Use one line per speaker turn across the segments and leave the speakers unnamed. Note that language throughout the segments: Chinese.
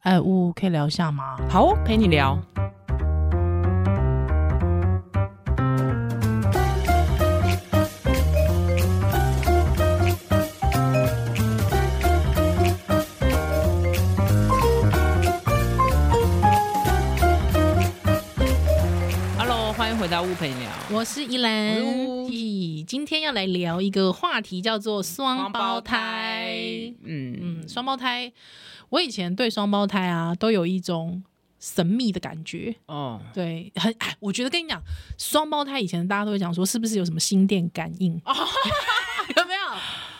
哎，呜，可以聊一下吗？
好哦，陪你聊。Hello，欢迎回到屋陪你聊。
我是依
我
兰
是呜，
咦，今天要来聊一个话题，叫做双胞胎。
嗯，
嗯，双胞胎，我以前对双胞胎啊，都有一种神秘的感觉。
哦，
对，很，哎，我觉得跟你讲，双胞胎以前大家都会讲说，是不是有什么心电感应？哦 有没有？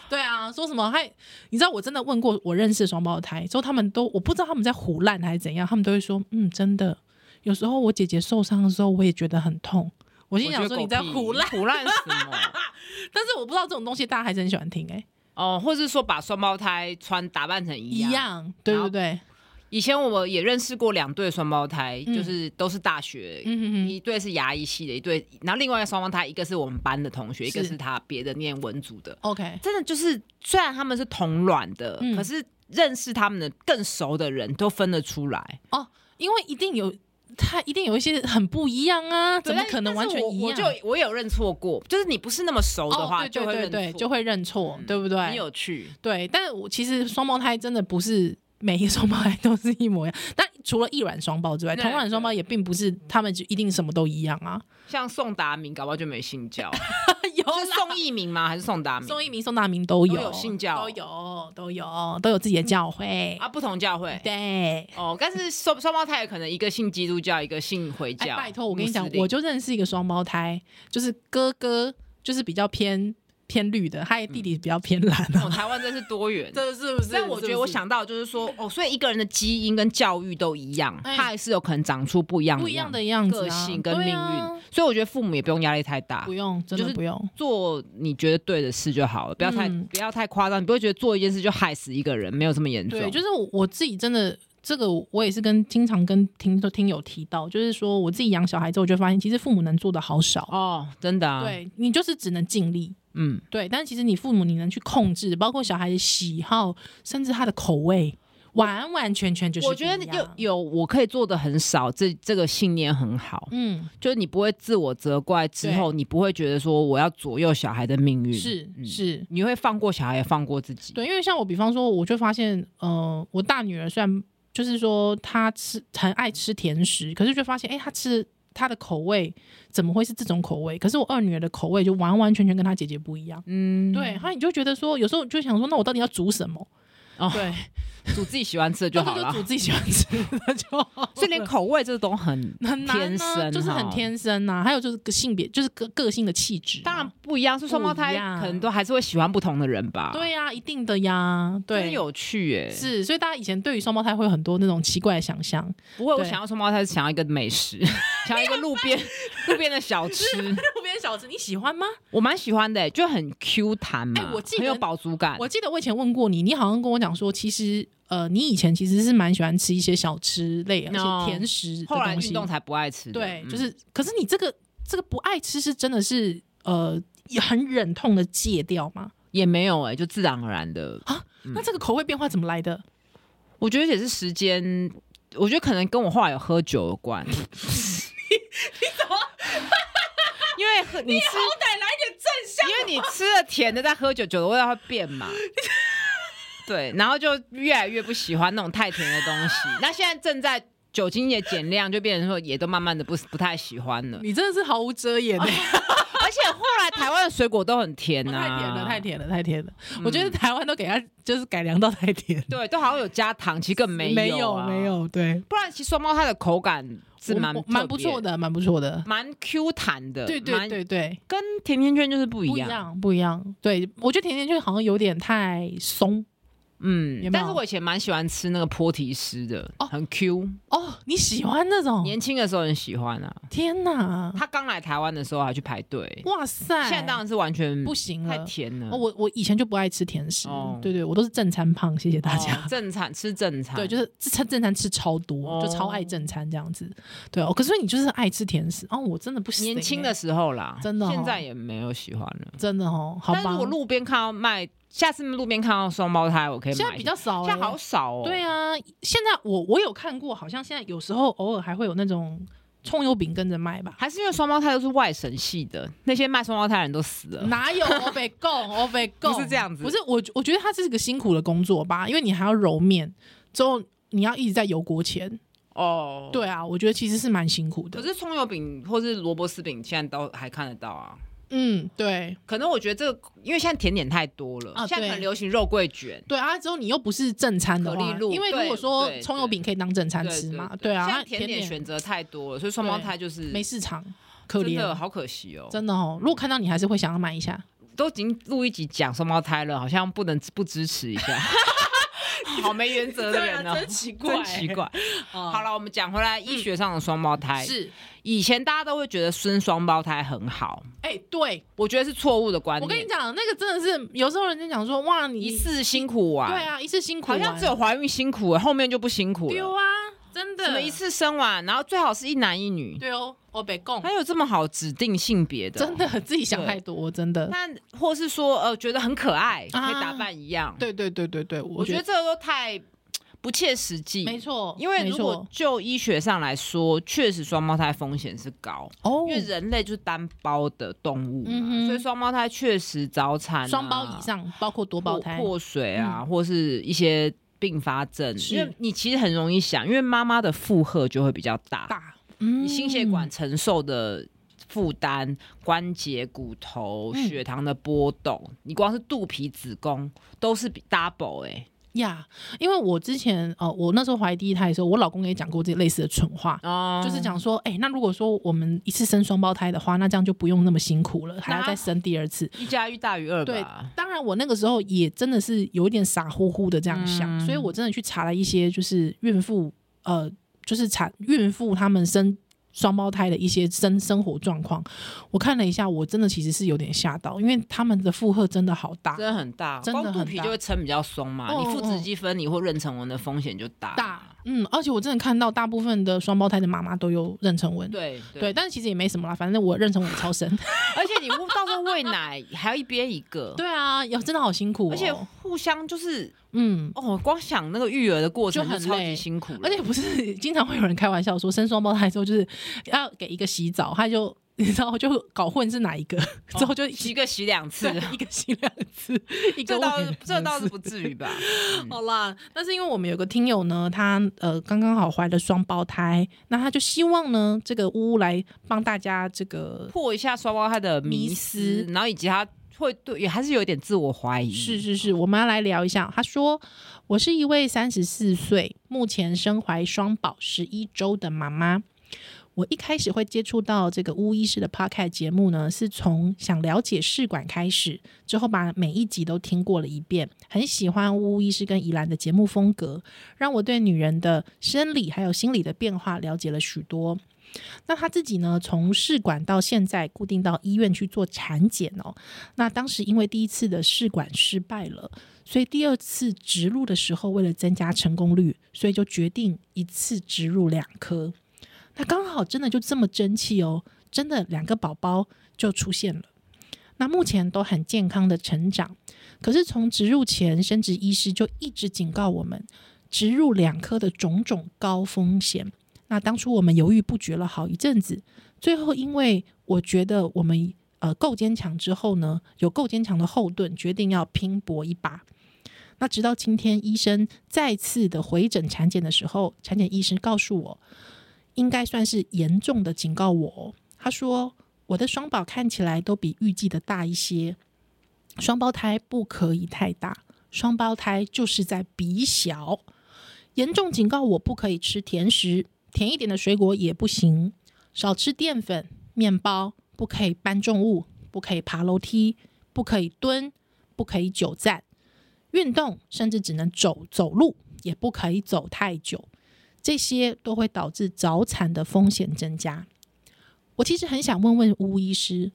对啊，说什么还？你知道我真的问过我认识的双胞胎之后，他们都我不知道他们在胡乱还是怎样，他们都会说，嗯，真的，有时候我姐姐受伤的时候，我也觉得很痛。我心
我
想
觉得
说
狗
你在
屁
胡乱，
胡乱什么？
但是我不知道这种东西大家还是很喜欢听、欸，哎，
哦，或是说把双胞胎穿打扮成一
一
样。
样，对
然后
对对，
以前我也认识过两对双胞胎，
嗯
就是都是大学，
嗯嗯
一对是牙医系的，一对，然后另外一个双胞胎，一个是我们班的同学，
是
一个是他别的念文组的。
，OK，
真的就是，虽然他们是同卵的，
嗯
可是认识他们的更熟的人都分得出来，
因为一定有他一定有一些很不一样啊，怎么
对
可能
但
完
是
全一样？
我我就我有认错过，就是你不是那么熟的
哦、
话，
对
就会
对对
认
对，
错
就会认错，
嗯
对不
很
对？
有趣。
对，但我其实双胞胎真的不是每一个双胞胎都是一模一样，但除了异卵双胞之外，
对
同卵双胞也并不是他们就一定什么都一样 啊。
像宋达明，搞不好就没信 教，
有
是宋一鸣吗？还是哦宋达明？
宋一鸣、宋大明都有，
都有信教
都有都有都有自己的教会。
啊，不同教会。
对，
哦，但是双双胞胎也可能一个信基督教，一个信回
哎，
教。
拜托，我跟你讲
穆斯，林
我就认识一个双胞胎，就是哥哥就是比较偏偏绿的，他的弟弟比较偏蓝
嗯哦，
啊。
台湾真是多元。
这是不是
但我觉得我想到就是说， 哦，所以一个人的基因跟教育都一样，
哎
他还是有可能长出不一样
不
的
一
样
样的样子啊、
个性跟命
对
运。
啊
所以我觉得父母也不用压力太大
不，用，真
就
的
是
不用。
做你觉得对的事就好了，不要太、
嗯
不要太夸张，你不会觉得做一件事就害死一个人，没有这么严重。
对，就是我我自己真的这个，我也是跟经常跟听听友提到，就是说我自己养小孩之后，我就发现其实父母能做的好少，
哦，真的啊，，
对你就是只能尽力。
嗯，
对，但其实你父母你能去控制，包括小孩的喜好，甚至他的口味，完完全全就是
我觉得
不一
有
样
有我可以做的很少，这这个信念很好，
嗯
就是你不会自我责怪之后，你不会觉得说我要左右小孩的命运，
是
嗯
是。
你会放过小孩，也放过自己。
对，因为像我，比方说，我就发现，呃，我大女儿虽然就是说她吃很爱吃甜食，可是就发现，哎、她吃她的口味怎么会是这种口味？可是我二女儿的口味就完完全全跟她姐姐不一样。
嗯，
对，她你就觉得说，有时候你就想说，那我到底要煮什么？
哦
对，
煮自己喜欢吃的就
那
好
我就
了
煮。自己喜欢 吃的就好
所以连口味这都很
很难、啊，
天生
就是很
哈
天生呐、还有就是个性别，就是个个性的气质嘛。
当然不一样，是双胞
不
胎
一样
可能都还是会喜欢不同的人吧。，
对啊呀、一定的呀，
啊真
对，
有趣耶、
是，所以大家以前对于双胞胎会有很多那种奇怪的想 象。
不会，我
对
想要双胞胎是想要一个美食，想要一个路边路边的小吃，
路边小吃你喜欢吗？
我蛮喜欢的耶、就很 Q 弹嘛，
哎我记得
很有饱足感。
我记得我以前问过你，你好像跟我讲说，其实呃，你以前其实是蛮喜欢吃一些小吃类，而
哦
且甜食的
后来
东西
运动才不爱吃的，
对，
嗯
就是，可是你这个这个不爱吃是真的是呃也很忍痛的戒掉吗？
也没有哎、就自然而然的。嗯
那这个口味变化怎么来的？
我觉得也是时间，我觉得可能跟我后来有喝酒有 关。你怎么？ 因为喝你吃，
歹来点正向，
因为你吃了甜的再喝酒，酒的味道会 变嘛。对，然后就越来越不喜欢那种太甜的东 西。那现在正在酒精也减量，就变成说也都慢慢的不不太喜欢了。
你真的是毫无遮 掩的、
而且后来台湾的水果都很甜啊，
哦太甜了，太甜了，太
甜。
甜了。我觉得台湾都给它就是改良到太甜，
对，都好像有加糖，其实更没
没
有、啊，
没。有，对，
不然其实双胞胎的口感是
我
蛮
我蛮不
特别
错，的，蛮不错的。
蛮 Q 弹的，
对对
蛮，
对对，
跟甜甜圈就是不一
不一
样。
样，不一样。对我觉得甜甜圈好像有点太松有没
嗯
有，
但是我以前蛮喜欢吃那个坡提斯的，
哦
很 Q，
哦。你喜欢那种？
年轻的时候很喜欢啊。
天哪！
他刚来台湾的时候还去排队，
哇塞！
现在当然是完全
不行
太
了。
甜了。
哦，我我以前就不爱吃甜食，
哦
对对，我都是正餐胖，谢谢大家。
哦正餐吃正 餐，
对，就是正正餐吃超多，
哦
就超爱正餐这样子。对哦，可是你就是爱吃甜食哦，我真的不行、
年轻的时候啦，
真的哦
现在也没有喜欢了。
真的哦，好
但是
吧
我。路边看到卖下次路边看到双胞胎，我可以买一
现
下。
在比较少、欸，
现在好少哦。
对啊，现在我我有看过，好像现在有时候偶尔还会有那种葱油饼跟着卖吧。
还是因为双胞胎都是外省系的，那些卖双胞胎的人都死了。
哪有我被供，我被供，
不是这样子
不是我，我觉得它是个辛苦的工作吧，因为你还要揉面，之后你要一直在油锅前。
哦，
对啊，我觉得其实是蛮辛苦的
可。是葱油饼或是萝卜丝饼现在都还看得到啊。
嗯，对
可能我觉得这个，因为现在甜点太多了，
啊
现在
对
很流行肉桂卷。
对啊，之后你又不是正餐的
可
话
丽，露
因为如果
对
说
对
葱油饼可以当正餐
对
吃
对
嘛，
对
对啊，
现
那
在甜点选择太多了，所以双胞胎就是
没市场，可
真的
怜，
好可惜哦。
真的哦。如果看到你，还是会想要买一下。
都已经录一集讲双胞胎了，好像不能不支持一 下，好没原则的人哦，
啊奇哦嗯
真奇怪。好了，我们讲回来，医学上的双胞胎、
是，
以前大家都会觉得生双胞胎很好，
哎，对，
我觉得是错误的观
我
念。
跟你讲，那个真的是有时候人家讲说，哇，你
一次辛苦完，
对啊，一次辛苦
好
完，
像只有怀孕辛苦，后面就不辛苦
丢
了。
啊，真的
什么一次生完，然后最好是一男一女，
丢，我北贡，
还有这么好指定性别的哦，
真的自己想太多，真的。
但或是说呃，觉得很可爱，
啊
可以打扮一样。，
对对对对对，
我
我
觉得这个都太不切实际。
没，错，
因为
没
如果
错
就医学上来说，确实双胞胎风险是高，
哦
因为人类就是单胞的动物
嗯
嘛，
哼
所以双胞胎确实早产啊、
双胞以上，包括多胞胎
破，破水啊，或是一些。并发症，
是
因为你其实很容易想，因为妈妈的负荷就会比较大，
大，嗯
你心血管承受的负担、关节、骨头、
嗯
血糖的波动，你光是肚皮、子宫都是比 double 哎、
呀。因为我之前呃，我那时候怀第一胎的时候，我老公也讲过这类似的蠢话。
哦
就是讲说，哎、那如果说我们一次生双胞胎的话，那这样就不用那么辛苦了，还要
那
再生第二次。
一加一大于二
对
吧。
当然，我那个时候也真的是有一点傻乎乎的这样想，
嗯
所以我真的去查了一些，就是孕妇呃，就是产孕妇她们生双胞胎的一些生生活状况。我看了一下，我真的其实是有点吓到，因为他们的负荷真的好大
真的很大，
真的
光肚
很
皮
大
就会撑比较松嘛，
哦
你腹
哦
直肌分离或妊娠纹的风险就大。
大，嗯，而且我真的看到大部分的双胞胎的妈妈都有妊娠纹。
对
对，，但是其实也没什么啦，反正我妊娠纹也超 深。
而且你到时候喂奶还要一边一个，
对啊，有真的好辛苦、哦，
而且互相就是
嗯，
哦，光想那个育儿的过程
就很
超级
累
辛苦了，
而且不是经常会有人开玩笑说生双胞胎之后就是要给一个洗澡，他就你知道就搞混是哪一个，
哦
之后就一
洗个洗两次
对，一个洗两 次，一个
啊这倒
喂两
这倒是
次
不至于吧？ 嗯
好啦，但是因为我们有个听友呢，他呃刚刚好怀了双胞胎，那他就希望呢这个屋来帮大家这个
破一下双胞胎的迷思，
迷
然后以及他会对也还是有点自我怀疑。
是是是，我们要来聊一下。他说：“我是一位三十四岁，目前身怀双宝十一周的妈妈。我一开始会接触到这个巫医师的 podcast 节目呢，是从想了解试管开始，之后把每一集都听过了一遍，很喜欢巫医师跟宜兰的节目风格，让我对女人的生理还有心理的变化了解了许多。”那他自己呢？从试管到现在固定到医院去做产检哦，那当时因为第一次的试管失败了，所以第二次植入的时候，为了增加成功率，所以就决定一次植入两颗。那刚好真的就这么争气哦，真的两个宝宝就出现了。那目前都很健康的成长，可是从植入前，生殖医师就一直警告我们，植入两颗的种种高风险。那当初我们犹豫不决了好一阵子，最后因为我觉得我们呃够坚强之后呢，有够坚强的后盾，决定要拼搏一把。那直到今天，医生再次的回诊产检的时候，产检医师告诉我，应该算是严重的警告我哦、他说，我的双宝看起来都比预计的大一些，双胞胎不可以太大，双胞胎就是在比小。严重警告我不可以吃甜食，甜一点的水果也不行，少吃淀粉、面包，不可以搬重物，不可以爬楼梯，不可以蹲，不可以久站，运动甚至只能走走路，也不可以走太久，这些都会导致早产的风险增加。我其实很想问问巫医师，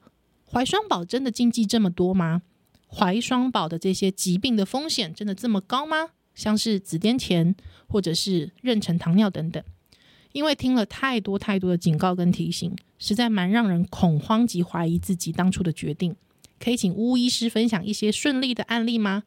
怀双宝真的禁忌这么多吗？怀双宝的这些疾病的风险真的这么高吗？像是子癫前或者是妊娠糖尿等等。因为听了太多太多的警告跟提醒，实在蛮让人恐慌及怀疑自己当初的决定，可以请巫医师分享一些顺利的案例吗？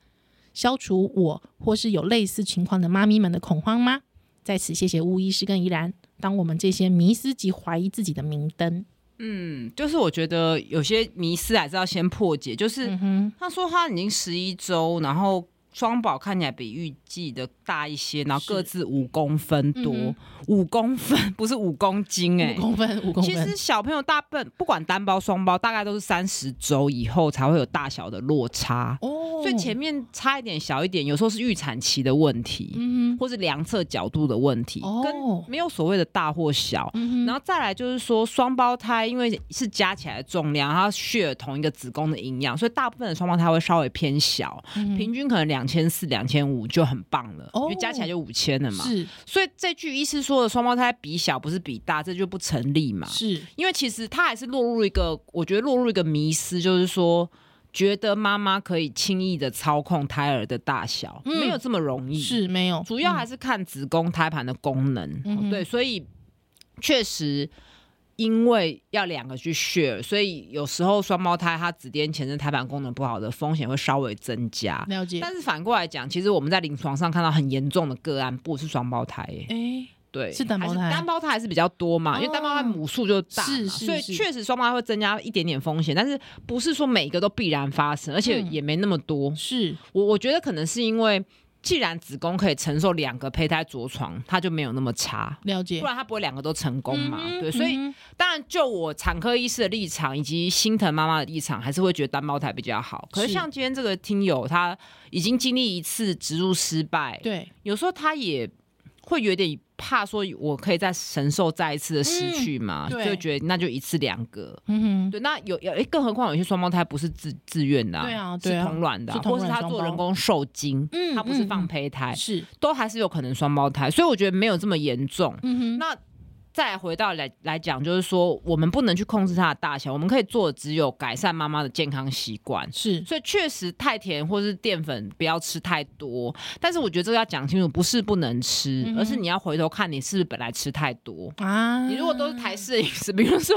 消除我或是有类似情况的妈咪们的恐慌吗？在此谢谢巫医师跟怡然，当我们这些迷失及怀疑自己的明灯。
嗯，就是我觉得有些迷思还是要先破解。就是
嗯哼，
他说他已经十一周，然后双宝看起来比预计的大一些，然后各自五公分
嗯
多，五、公分 不是五公斤哎、
五公分，五公
其
分。
实小朋友大笨，不管单胞双胞，大概都是三十周以后才会有大小的落差，
哦，
所以前面差一点、小一点，有时候是预产期的问题，
嗯哼，
或是量测角度的问题，
哦
跟没有所谓的大或小。
嗯哼，
然后再来就是说，双胞胎因为是加起来的重量，它 share 同一个子宫的营养，所以大部分的双胞胎会稍微偏小，
嗯
平均可能两千四、两千五就很棒了，
哦
因为加起来就五千了嘛。
是
所以这句医师说的双胞胎比小不是比大，这就不成立嘛。
是，
因为其实他还是落入一个，我觉得落入一个迷失，就是说。觉得妈妈可以轻易的操控胎儿的大小，
嗯
没有这么容易。，
是没有，
主要还是看子宫胎盘的功能。哦
嗯哼
对，所以确实因为要两个去 share，所以有时候双胞胎它子癫前症胎盘功能不好的风险会稍微增加。
嗯了解。
但是反过来讲，其实我们在临床上看到很严重的个案，不是双胞胎、耶。
哎，
对，
是单胞胎
还是单胞胎还是比较多嘛，因为单胞胎
哦
母数就大嘛，
是是
所以
是
确实双胞胎会增加一点点风险，但是不是说每个都必然发生，而且
嗯
也没那么多。
是
我我觉得可能是因为，既然子宫可以承受两个胚胎着床，它就没有那么差。
了解
不。然它不会两个都成功嘛？
嗯哼
对，所以、
嗯哼
当然就我产科医师的立场以及心疼妈妈的立场，还是会觉得单胞胎比较好。可是
是
像今天这个听友，他已经经历一次植入失败，
对，
有时候他也会有点怕，说我可以再承受再一次的失去嘛，
嗯
就
对
会觉得那就一次两个。
嗯哼，
对，那有有，诶更何况有些双胞胎不是自自愿的、
对啊对
是
啊
同卵的啊、
是同
或
卵
是他做
双胞
人工受精，
嗯
他不是放
嗯
胚胎，
是，
都还是有可能双胞胎，所以我觉得没有这么严重。
嗯哼，
那再回到来来讲，就是说我们不能去控制它的大小，我们可以做的只有改善妈妈的健康习惯。
是
所以确实太甜或是淀粉不要吃太多，但是我觉得这个要讲清楚，不是不能吃，
嗯哼
而是你要回头看你是不是本来吃太多。
啊。
你如果都是台式饮食，比如说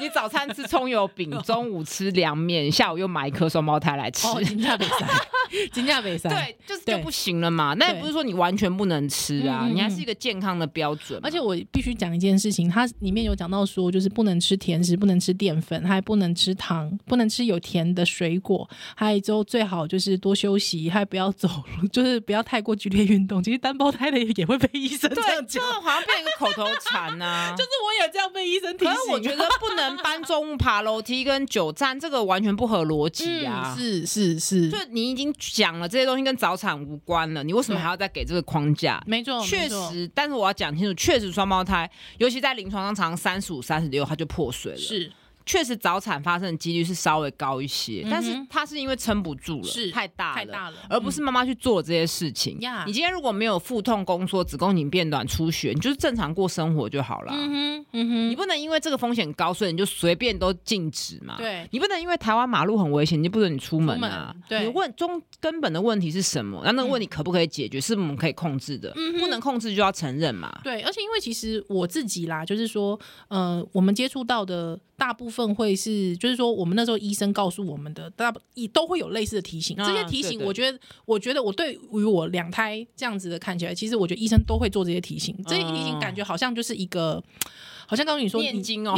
你早餐吃葱油 饼，中午吃凉面，下午又买一颗双胞胎来吃，
哦，金价北山， 金价北山。
对，就是就
对
不行了嘛。那也不是说你完全不能吃啊，
嗯嗯嗯
你还是一个健康的标准嘛。
而且我必须讲一件事情，它里面有讲到说，就是不能吃甜食，不能吃淀粉，还不能吃糖，不能吃有甜的水果，还有就最好就是多休息，还不要走路， 就是不要太过剧烈运动。其实单胞胎的也会被医生这
对，
样
这
讲，
好像变成一个口头禅啊。
就是我也这样被医生提
可
醒。啊
是我觉得不能搬重物、爬楼梯跟久站，这个完全不合逻辑啊。
嗯，是是是，
就你已经讲了这些东西跟早产无关了，你为什么还要再给这个框架？
嗯没错，
确
没错
实，但是我要讲清楚，确实双胞胎，尤其在临床上，常三十五、三十六，它就破水了。，
是
确实早产发生的几率是稍微高一些，
嗯哼
但是它是因为撑不住了，
是
太大
太
了。
大了，
而不是妈妈去做这些事情。
呀
你今天如果没有腹痛、宫缩、子宫颈变短、出血，你就是正常过生活就好了。
嗯哼嗯
你不能因为这个风险高，所以你就随便都禁止嘛。
哼，。对，
你不能因为台湾马路很危险，你就不准你出门啊
出门！对
你问中根本的问题是什么？那那个问题可不可以解决？是我们可以控制的，
嗯哼
不能控制就要承认嘛。
对，而且因为其实我自己啦，就是说，呃，我们接触到的大部分会是，就是说，我们那时候医生告诉我们的，大也都会有类似的提醒。
啊
这些提醒，
对对
我觉得，我觉得我对于我两胎这样子的看起来，其实我觉得医生都会做这些提醒。这些提
啊
醒感觉好像就是一个，好像告诉你说，
念
你
经哦，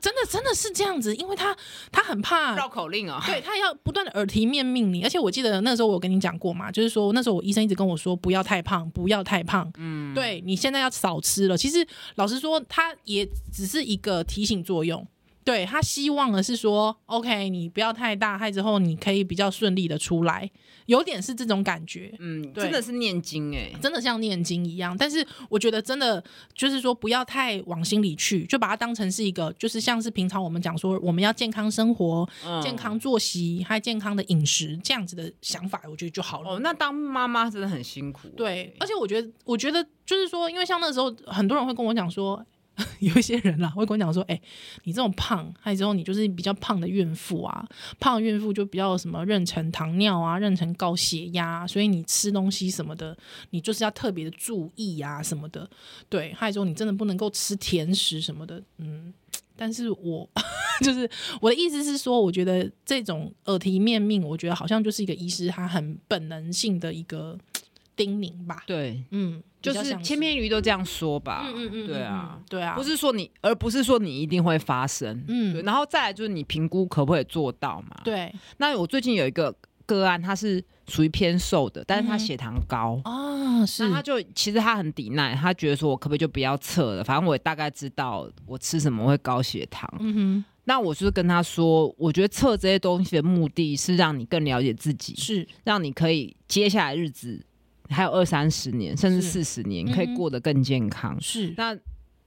真的真的是这样子，因为他他很怕
绕口令哦。
对他要不断的耳提面命你，而且我记得那时候我有跟你讲过嘛，就是说那时候我医生一直跟我说不要太胖，不要太胖，嗯，对你现在要少吃了。其实老实说，他也只是一个提醒作用，对他希望的是说，OK，你不要太大，害之后你可以比较顺利的出来，有点是这种感觉。
嗯，
对
真的是念经哎、
真的像念经一样，但是我觉得真的就是说，不要太往心里去，就把它当成是一个，就是像是平常我们讲说我们要健康生活，
嗯
健康作息还有健康的饮食这样子的想法，我觉得就好了。
哦。那当妈妈真的很辛苦、
对，而且我觉得，我觉得就是说，因为像那时候很多人会跟我讲说， 有一些人啊会跟我讲说，哎、你这种胖，还有之后你就是比较胖的孕妇啊，胖的孕妇就比较什么妊娠糖尿啊、妊娠高血压啊、所以你吃东西什么的，你就是要特别的注意啊什么的。对，还有之后你真的不能够吃甜食什么的，嗯。但是我 就是我的意思是说，我觉得这种耳提面命，我觉得好像就是一个医师他很本能性的一个叮咛吧。
对，
嗯，
就
比较
是
像
千篇一律都这样说吧。
嗯嗯嗯，
对啊
嗯，对啊，
不是说你，而不是说你一定会发生。对，
嗯，
啊然后再来就是你评估可不可以做到嘛？。
对
那我最近有一个个案，他是属于偏瘦的，但是他
嗯哼
血糖高，
啊，是
那他就其实他很抵赖，他觉得说我可不可以就不要测了？反正我也大概知道我吃什么会高血糖。
嗯
那我就是跟他说，我觉得测这些东西的目的是让你更了解自己
哼，，是
让你可以接下来日子还有二三十年，甚至
是
四十年，
嗯
可以
哼
过得更健康。
是，
那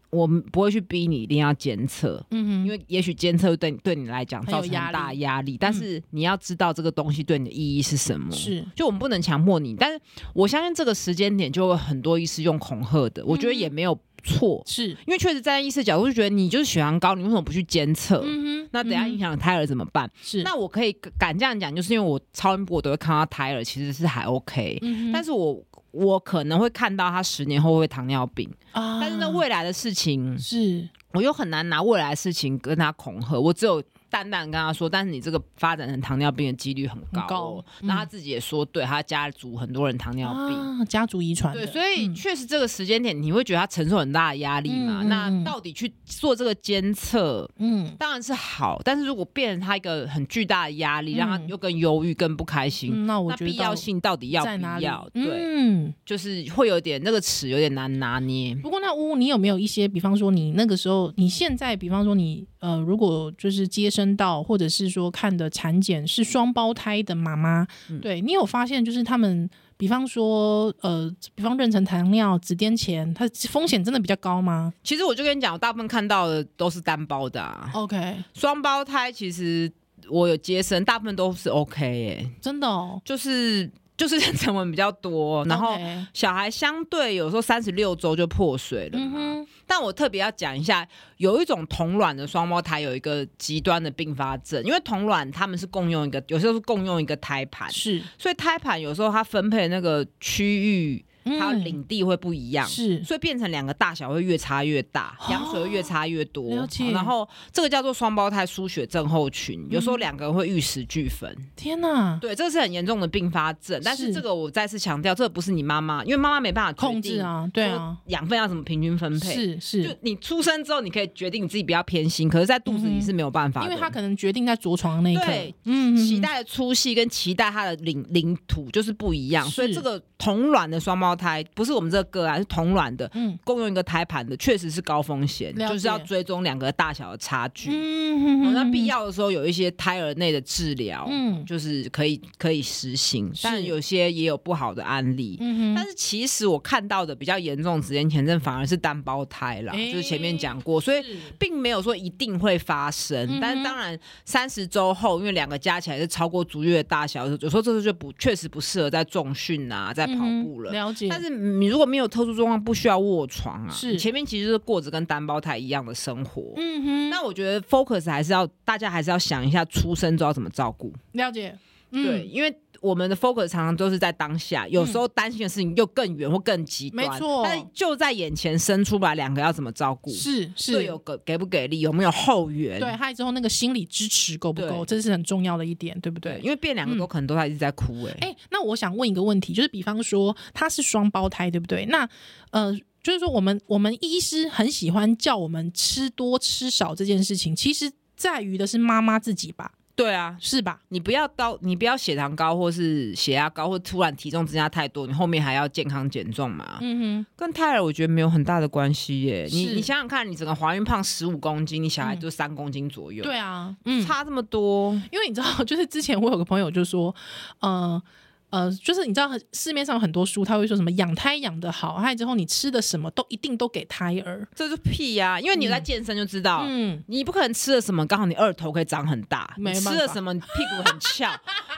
我们不会去逼你一定要监测，
嗯哼，
因为也许监测对对你来讲
很有
造成很
压
大的
力嗯
压力，但是你要知道这个东西对你的意义是什么。
是
就我们不能强迫你，但是我相信这个时间点就会很多医师用恐吓的，我觉
嗯
得也没有错，
是，
因为确实站在医师角度就觉得你就是血糖高，你为什么不去监测？
嗯哼，
那等下
嗯
影
哼
响胎儿怎么办？
是，
那我可以敢这样讲，就是因为我超音波我都会看到胎儿其实是还 OK，、
嗯哼，
但是我我可能会看到他十年后会不会糖尿病，
啊，
但是呢未来的事情
是
我又很难拿未来的事情跟他恐吓，我只有淡淡跟他说，但是你这个发展成糖尿病的几率很高、
很高
哦，
嗯
那他自己也说对，他家族很多人糖尿病。
啊，家族遗传
对，
的，
所以
嗯
确实这个时间点，你会觉得他承受很大的压力嘛？
嗯嗯嗯
那到底去做这个监测，
嗯
当然是好，但是如果变成他一个很巨大的压
嗯
力，让他又更忧郁、更不开心，
嗯，那我
那
觉得
必要性到底要
在哪
不
里
要？？对，
嗯，
就是会有点那个尺有点难拿捏。
不过那呜，你有没有一些，比方说你那个时候，你现在，比方说你呃，如果就是接生到，或者是说看的产检是双胞胎的妈妈，
嗯
对你有发现就是他们，比方说呃，比方妊娠糖尿、子癫前，它风险真的比较高吗
其实我就跟你讲，我大部分看到的都是单胞的、啊，
？OK，
双胞胎其实我有接生，大部分都是 OK 耶、
真的哦。
就是就是 妊娠纹比较多，然后嗯
OK
小孩相对有时候三十六周就破水了
嗯
嘛。
哼，
但我特别要讲一下，有一种同卵的双胞胎有一个极端的并发症，因为同卵他们是共用一个，有时候是共用一个胎盘，
是，
所以胎盘有时候它分配的那个区域还有
嗯
领地会不一样。
是
所以变成两个大小会越差越大
哦，
羊水会越差越多。
了解
然后这个叫做双胞胎输血症候群，有时
嗯
候两个人会玉石俱焚。
天哪，
对，这个是很严重的并发症。但
是
是这个我再次强调，这个不是你妈妈，因为妈妈没办法决定
控制，啊，对啊，，
养分要怎么平均分配。
是是，
就你出生之后，你可以决定你自己不要偏心，可是，在肚子
嗯
里
哼
是没有办法的，
因为他可能决定在着床的那一刻
对，
嗯，
脐
嗯嗯
带的粗细跟脐带它的领领土就是不一样，
是
所以这个同卵的双胞胎不是我们这个个案，是同卵的，
嗯
共用一个胎盘的，确实是高风险，
了解
就是要追踪两个大小的差距。
嗯
哦那
嗯
必要的时候有一些胎儿内的治疗，
嗯
就是可以可以实行，
是
但有些也有不好的案例。
嗯
但
哼，
是其实我看到的比较严重的子痫前症反而是单胞胎啦，
诶
就是前面讲过，所以
是
并没有说一定会发生，
哼
但是当然三十周后，因为两个加起来是超过足月的大小，有时候这时候就不确实不适合在重训啊，在跑步了。
嗯哼了解，
但是你如果没有特殊状况，不需要卧床啊。
是
你前面其实就是过着跟单胞胎一样的生活。
嗯哼，
那我觉得 focus 还是要大家还是要想一下出生之后要怎么照顾。
了解，
对，
嗯，
因为我们的 focus 常常都是在当下，有时候担心的事情又更远或更极端，
没错
但是就在眼前生出来，两个要怎么照顾？
是
队
是，
友给给不给力，有没有后援？
对，还有之后那个心理支持够不够，
对
这是很重要的一点，对不
对，
对？嗯
因为变两个都可能都在一直在哭哎、
哎、那我想问一个问题，就是比方说他是双胞胎，对不对？那呃，就是说我们我们医师很喜欢叫我们吃多吃少这件事情，其实在于的是妈妈自己吧，
对啊，
是吧？
你不要高，你不要血糖高或是血压高，或突然体重增加太多，你后面还要健康减重嘛？
嗯
跟胎儿我觉得没有很大的关系耶、你
是嗯
你想想看，你整个怀孕胖十五公斤，你小孩就三公斤左右，
哼，对啊，嗯，
差这么多，
因为你知道， 就是之前我有个朋友就说，呃呃，就是你知道市面上有很多书，他会说什么养胎养得好，还有之后你吃的什么都一定都给胎儿。
这就屁呀、因为你有在健身就知道。
嗯，
你不可能吃了什么，刚好你二头可以长很大；
没
你
办法
吃了什么，你屁股 很翘，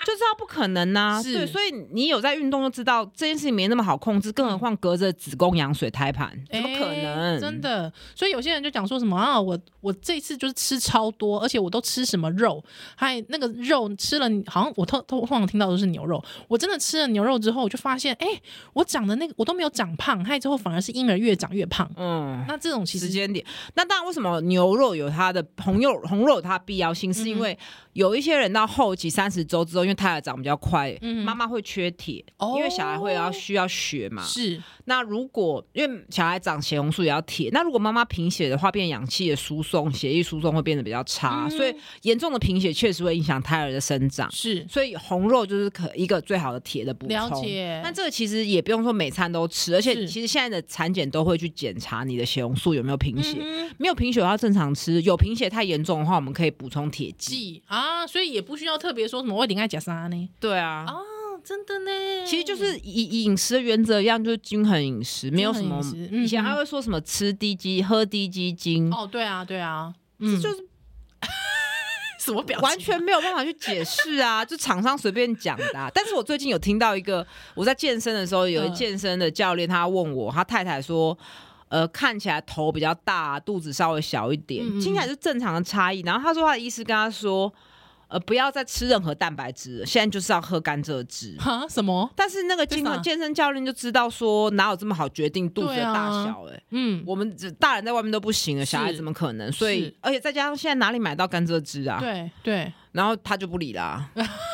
就知道不可能呐、
是
对，所以你有在运动就知道这件事情没那么好控制，更何况隔着子宫、羊水、胎盘，
哎
怎么可可能，
真。的。所以有些人就讲说什么啊，我我这次就是吃超多，而且我都吃什么肉，还那个肉吃了，好像我通通常听到都是牛肉。我真的吃了牛肉之后，我就发现，哎、我长的那个我都没有长胖，害之后反而是婴儿越长越胖。
嗯，
那这种其
时
实
间点。那当然，为什么牛肉有它的红肉红肉有它的必要性，
嗯
是因为有一些人到后期三十周之后，因为胎儿长比较快，
嗯
妈妈会缺铁，
哦
因为小孩会要需要血嘛。
是
那如果因为小孩长血红素也要铁，那如果妈妈贫血的话，变氧气的输送，血液输送会变得比较差，
嗯
所以严重的贫血确实会影响胎儿的生长。
是
所以红肉就是可一个最好的铁的补充。
了解
那这个其实也不用说每餐都吃，而且
是
其实现在的产检都会去检查你的血红素有没有贫血。
嗯哼
没有贫血的话正常吃，有贫血太严重的话，我们可以补充铁剂。
记啊，所以也不需要特别说什么我顶爱假啥呢？
对啊，
哦，真的呢，
其实就是以以饮食的原则一样，就是均衡饮食，没有什么
均衡饮食。嗯
以前还会说什么吃低基、喝低基精，
哦，对啊，对啊，
这
嗯，
就是
什么表情
完全没有办法去解释啊，就厂商随便讲的啊、但是我最近有听到一个，我在健身的时候，有
嗯
健身的教练他问我，他太太说。呃，看起来头比较大，啊肚子稍微小一点，
嗯嗯
听起来是正常的差异。然后他说他的医师跟他说，呃，不要再吃任何蛋白质了，现在就是要喝甘蔗汁。
哈什么？
但是那个
这
健
啥
康健身教练就知道说，哪有这么好决定肚子
对
的
啊
大小、欸？
嗯，
我们只大人在外面都不行啊了，小孩
是
怎么可能？所以
是，
而且再加上现在哪里买到甘蔗汁啊？
对对，
然后他就不理 啦、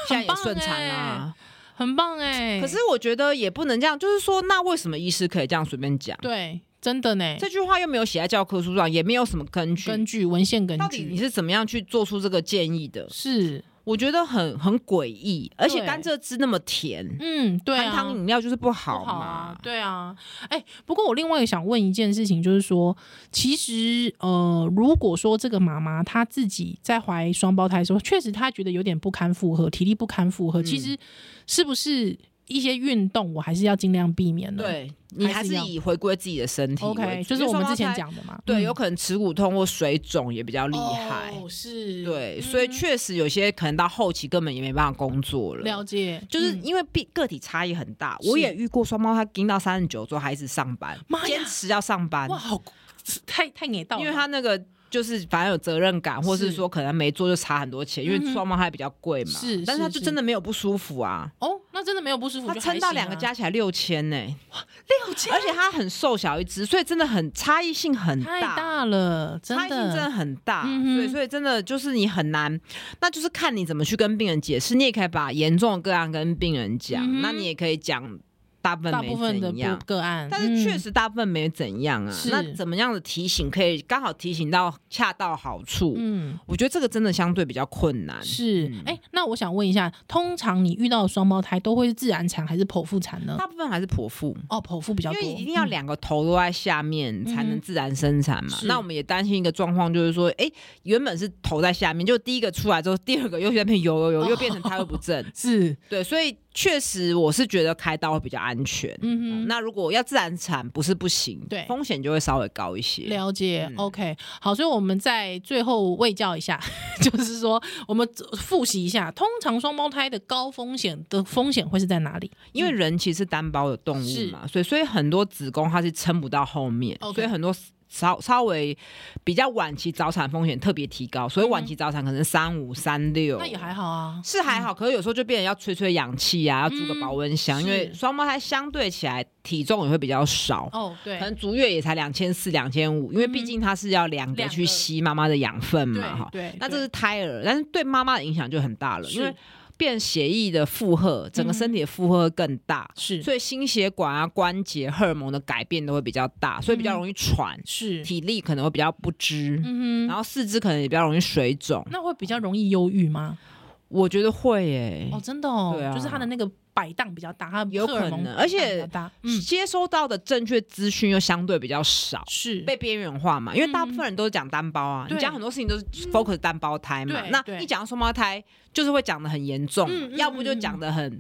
现在也顺产啦、
很棒哎、
欸可是我觉得也不能这样，就是说，那为什么医师可以这样随便讲？
对，真的呢，
这句话又没有写在教科书上，也没有什么根据。
根据文献根
到底你
据
是怎么样去做出这个建议的？
是，
我觉得很很诡异，而且
对
甘蔗汁那么甜，
嗯，对
含
啊，
糖饮料就是不好
不
嘛。
好啊，对啊，哎、不过我另外也想问一件事情，就是说，其实呃，如果说这个妈妈她自己在怀双胞胎的时候，确实她觉得有点不堪负荷，体力不堪负荷，其
嗯
实是不是一些运动我还是要尽量避免呢？
对你还
还是
是
要
以回归自己的身体为主
，OK，
因
就是
为
我们
双胞
之前
胎
讲的嘛，
对，
嗯
有可能耻骨痛或水肿也比较厉害。
哦、是，
对，所以
嗯
确实有些可能到后期根本也没办法工作了。
了解，
就是
嗯
因为个个体差异很大，
是
我也遇过双胞胎盯到三十九周还一直上班
妈，呀
坚持要上班，
哇，好太太给到了，
因为他那个就是反正有责任感，或是
是
说可能没做就差很多钱，因
嗯
为
哼
双胞胎比较贵嘛。
是
但是
是
他就是真的没有不舒服啊，
哦，那真的没有不舒服，
他
就
撑
还
到
行
两个
啊
加起来六千呢，
六千
而且他很瘦小一只，所以真的很差异性很
太
大。
大了，真
差异性真的
的
很大，
嗯哼
所以所以真的就是你很难，那就是看你怎么去跟病人解释。你也可以把严重的个案跟病人讲，
嗯哼
那你也可以讲大部
大
分没
部分的
怎样
不，个案，
但是确
嗯
实大部分没怎样啊。
是
那怎么样的提醒可以刚好提醒到恰到好处？
嗯。
我觉得这个真的相对比较困难。
是
嗯，
哎、那我想问一下，通常你遇到的双胞胎都会是自然产还是剖腹产呢？
大部分还是剖腹。
哦，剖腹比较
因
多，
为一定要
嗯
两个头都在下面才
嗯
能
哼
自然生产嘛。
是
那我们也担心一个状况，就是说，哎、原本是头在下面，就第一个出来之后，第二个又在那边游游游，又变成胎位不
哦
正。
是，
对，所以确实我是觉得开刀会比较安全。
嗯哼。
那如果要自然产，不是不行，
对
风险就会稍微高一些。
了解、
嗯
o k 好，所以我们在最后喂教一下， 就是说我们复习一下，通常双胞胎的高风险的风险会是在哪里？
因为人其实是单胞的动物嘛，所以所以很多子宫它是撑不到后面
OK
所以很多稍稍微比较晚期早产风险特别提高，所以晚期早产可能三五三六，
嗯那也还好啊，
是还好，可是有时候就变成要吹吹氧气啊，要住个
嗯
保温箱，因为
是
双胞胎相对起来体重也会比较少。
哦，对嗯
可，能足月也才两千四、两千五，因为毕竟它是要两个
两
去
个
吸妈妈的养分
对
嘛，哈。
对，
那这
对
是胎儿，但是对妈妈的影响就很大了，因为
是
变血液的负荷，整
嗯
个身体的负荷会更大，
是
所以心血管啊、关节、荷尔蒙的改变都会比较大，所以比较容易喘，
是，
体力可能会比较不支，
嗯
然
哼，
后四肢可能也比较容易水肿。
那会比较容易忧郁吗？
我觉得会耶、
哦，真的哦，
对啊
就是他的那个摆荡比较大，他的
有
荷尔
可
蒙
能而且
摆荡比较大，嗯，
接收到的正确资讯又相对比较少。
是
被边缘化嘛，因为大部分人都是讲单胞啊，
嗯
你讲很多事情都是 focus 单胞胎嘛
对。
那
对
一讲到双胞胎，就是会讲的很严重，
嗯嗯嗯
要不就讲的很。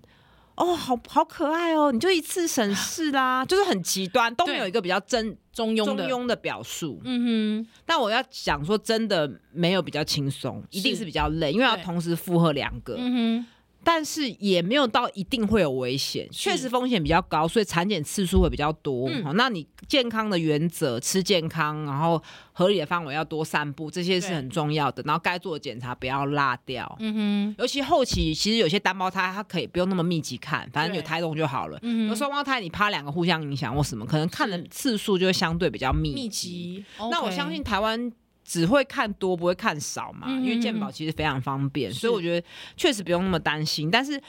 哦，好好可爱哦！你就一次省事啦，就是很极端，都没有一个比较真
中庸
中
的，
庸的表述。
嗯哼，
但我要讲说，真的没有比较轻松，一定
是
是比较累，因为要
对
同时负荷两个。
嗯哼，
但是也没有到一定会有危险，确实风险比较高，所以产检次数会比较多。
嗯
好，那你健康的原则，吃健康，然后合理的范围要多散步，这些是
对
很重要的。然后该做的检查不要落掉。
嗯哼，
尤其后期，其实有些单胞胎它可以不用那么密集看，反正有
对
胎动就好了。
嗯
有
哼，
双胞胎你怕两个互相影响或什么，可能看的
是
次数就会相对比较密
密
集
集。
那
OK
我相信，台湾只会看多，不会看少嘛，
嗯
因为
嗯
健保
嗯
其实非常方便，
是
所以我觉得确实不用那么担心。但是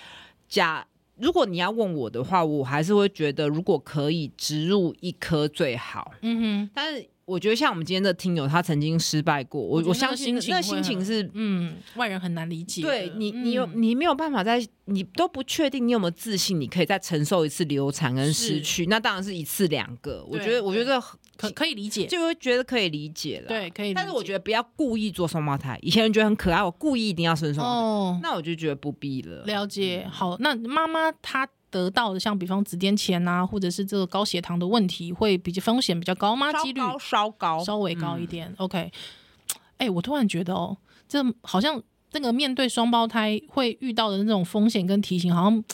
假如果你要问我的话，我还是会觉得，如果可以植入一颗最好。
嗯哼，
但是我觉得像我们今天的听友，他曾经失败过，我
我觉得
我
那
相
个
信
心情
那
会
心情
很
是。
嗯，外人很难理解的。
对你，你有
嗯
你没有办法在，你都不确定你有没有自信，你可以再承受一次流产跟失
是
去。那当然是一次两个，我
对
觉得，我觉
对
得
可可以理解，
就会觉得可以理解了。
对，可以。
但是我觉
得
得不要故意做双胞胎。以前人觉得很可爱，我故意一定要生双胞胎，
哦，
那我就觉得嗯不必了。
了解。好，那妈妈她得到的，像比方紫癜前啊，或者是这个高血糖的问题，会比较风险比较高吗？
稍
几率
高稍高，哦
稍微
嗯
高一点。OK，哎、我突然觉得哦，这好像这个面对双胞胎会遇到的那种风险跟提醒，好像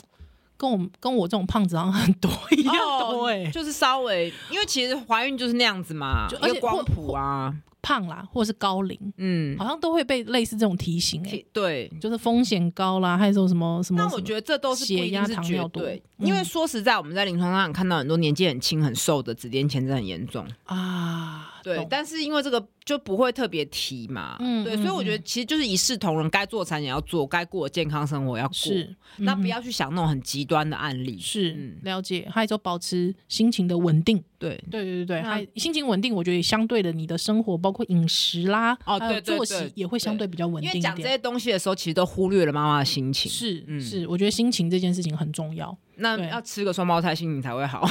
跟我跟我这种胖子好像很多一样
哦
多哎、
就是稍微，因为其实怀孕就是那样子嘛，
就
一
而
个
且
光谱啊，
胖啦，或者是高龄，
嗯，
好像都会被类似这种提醒哎、
其对。
就是风险高啦，还有什么什么
但
什
我
么
觉得这都是不一定是
血压糖
绝
尿毒
对，
嗯
因为说实在，我们在临床上看到很多年纪很轻、很瘦的紫癜前真的很严重，
啊，
对
懂。
但是因为这个就不会特别提嘛，
嗯
对，
嗯
所以我觉得
嗯
其实就是一视同仁，该做产检要做，该过健康生活要过，
是
那
嗯
不要去想那种很极端的案例。
是、
嗯
了解，还有就保持心情的稳定，
对，
对对对对，
那
还心情稳定，我觉得也相对的你的生活包括饮食啦，
哦
还有
对对
作
对
息也会相
对
对比较稳
因
定
为
一
讲这
点。
些东西的时候，其实都忽略了妈妈的心情。
是、
嗯
是，我觉得心情这件事情很重要。
那
对哦
要吃个双胞胎，心情才会好。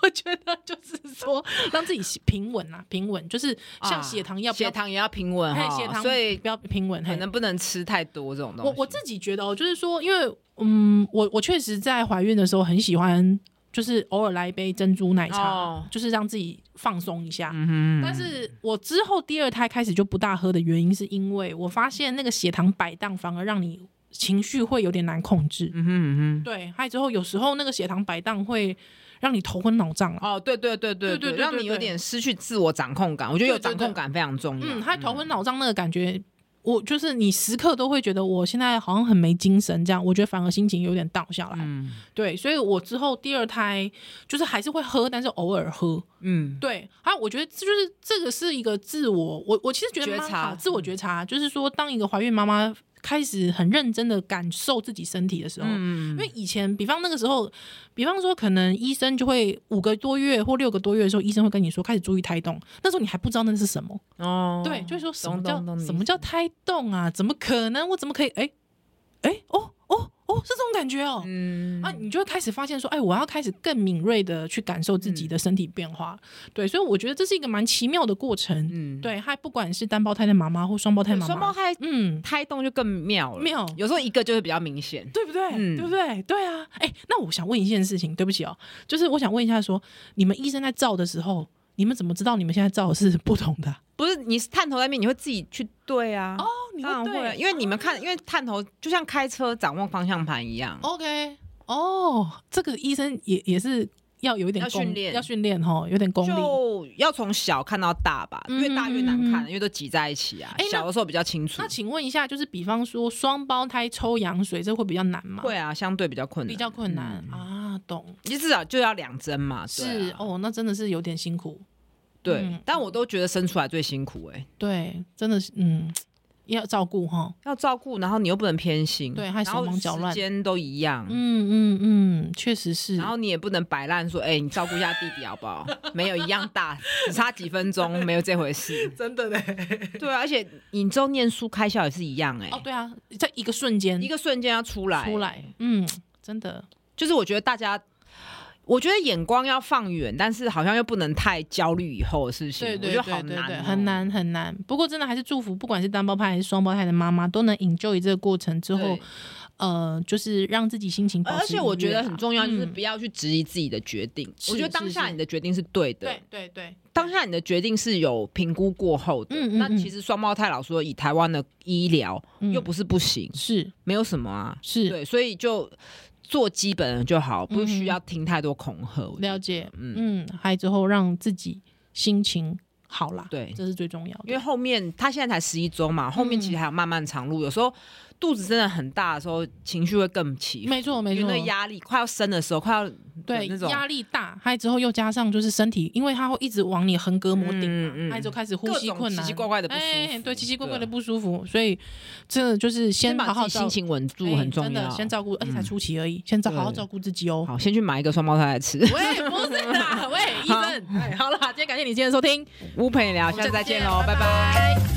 我觉得就是说，让自己平稳啊，平稳，就是像血糖要不要，
血糖也要平稳
嘿
哈，
血糖
所以
不要平稳，嘿
可能不能吃太多这种东西。
我我自己觉得哦，就是说，因为嗯，我我确实在怀孕的时候很喜欢，就是偶尔来一杯珍珠奶茶，
哦
就是让自己放松一下。
嗯哼，
但是我之后第二胎开始就不大喝的原因，是因为我发现那个血糖摆荡反而让你情绪会有点难控制。
嗯哼嗯
对，还有之后有时候那个血糖摆荡会让你头昏脑胀啊。
哼，哦，对对对对
对对对
让你有点失去自我掌控感。我觉得有
对对
掌控感非常重要。
嗯，还有头昏脑胀那个感觉，我就是你时刻都会觉得我现在好像很没精神，这样我觉得反而心情有点 down 下来。
嗯
对，所以我之后第二胎就是还是会喝，但是偶尔喝。
嗯，
对，还有我觉得这就是这个是一个自我，我我其实觉得
觉
蛮
察嗯
好，自我觉察，就是说当一个怀孕妈妈开始很认真的感受自己身体的时候。
嗯
因为以前，比方那个时候，比方说，可能医生就会五个多月或六个多月的时候，医生会跟你说开始注意胎动。那时候你还不知道那是什么，
哦，
对，就是说什么
懂
叫
懂懂你
什么叫胎动啊？怎么可能？我怎么可以？哎、哎、哦哦哦，是这种感觉哦。
嗯
啊，你就会开始发现说，哎，我要开始更敏锐的去感受自己
嗯
的身体变化。对，所以我觉得这是一个蛮奇妙的过程。
嗯，
对，还不管是单胞胎的妈妈或双胞胎
对
妈妈，
双胞胎
嗯，
胎动就更妙了，
妙
有时候一个就是比较明显。
对不对？
嗯
对不对？对啊。哎，那我想问一件事情，对不起哦，就是我想问一下说，你们医生在照的时候，你们怎么知道你们现在照的是不同的啊、
不是你是探头在面，你会自己去对啊。哦，
哦，你
当然会啊，因为你们看，因为探头就像开车掌握方向盘一样。
OK，哦，这个医生也也是要有一点
要
功
训练
要训练哈，有点功力。
就要从小看到大吧，
哦嗯
越大越难
嗯
看，
嗯
因为都挤在一起啊
哎。那
小的时候比较清楚
那，请问一下，就是比方说双胞胎抽羊水，这会比较难吗？
会啊，相对比较困难，
比较困难、
嗯
啊，懂？
你至少就要两针嘛，对
是
啊
哦，那真的是有点辛苦。
对
嗯。
但我都觉得生出来最辛苦哎，
对，真的是嗯，要照顾哈。
要照顾，然后你又不能偏心，
对还
然
手
后
忙脚乱
时间都一样，
嗯嗯嗯，确实是。
然后你也不能摆烂说，哎，你照顾一下弟弟好不好？没有一样大，只差几分钟，没有这回事。
真的嘞。
对啊，而且你之后念书开销也是一样哎、
哦，对啊，在一个瞬间
一个瞬间要出来，
出来，嗯，真的
就是我觉得大家。我觉得眼光要放远，但是好像又不能太焦虑以后的事情，
对对
我觉得好
对对
难、哦
对，很。难很难。不过真的还是祝福，不管是单胞胎还是双胞胎的妈妈，都能 enjoy 这个过程之后
对，
呃，就是让自己心情保持、
而且我觉得很重要，就是
嗯
不要去质疑自己的决定。
是
我觉得当
是
下
是
你的决定是对的，
对对对，
当下你的决定是有评估过后的。
嗯嗯
那
嗯
其实双胞胎老师说，以台湾的医疗、
嗯
又不是不行，
是
没有什么啊。
是嗯
对，所以就做基本的就好，不需要听太多恐吓。我觉得
了解，
嗯，
嗯，还之后让自己心情好啦，
对
这是最重要的，
因为后面他现在才十一周嘛，后面其实
嗯
还有漫漫长路。有时候肚子真的很大的时候，情绪会更起伏，
没错没
因为
错
那，压力快要生的时候，快要
对
那种
压力大，还之后又加上就是身体，因为它会一直往你横膈膜顶嘛，
嗯嗯嗯
还之后开始呼
各
吸
种
困
奇
难，
奇怪怪的不舒
哎，
服
对，奇奇怪怪的
对啊
不舒服，所以这就是先好
把自
好
己心
照
情稳住
哎
很重
真的
要。嗯
先照顾，而且才初期而已，先照好好
对
照顾自己哦。
好，先去买一个双胞胎来吃。
喂，不是啦，喂，医
好
生，哎，好啦，今天感谢你今天的收听，
乌陪你聊，下次再见喽，拜拜
拜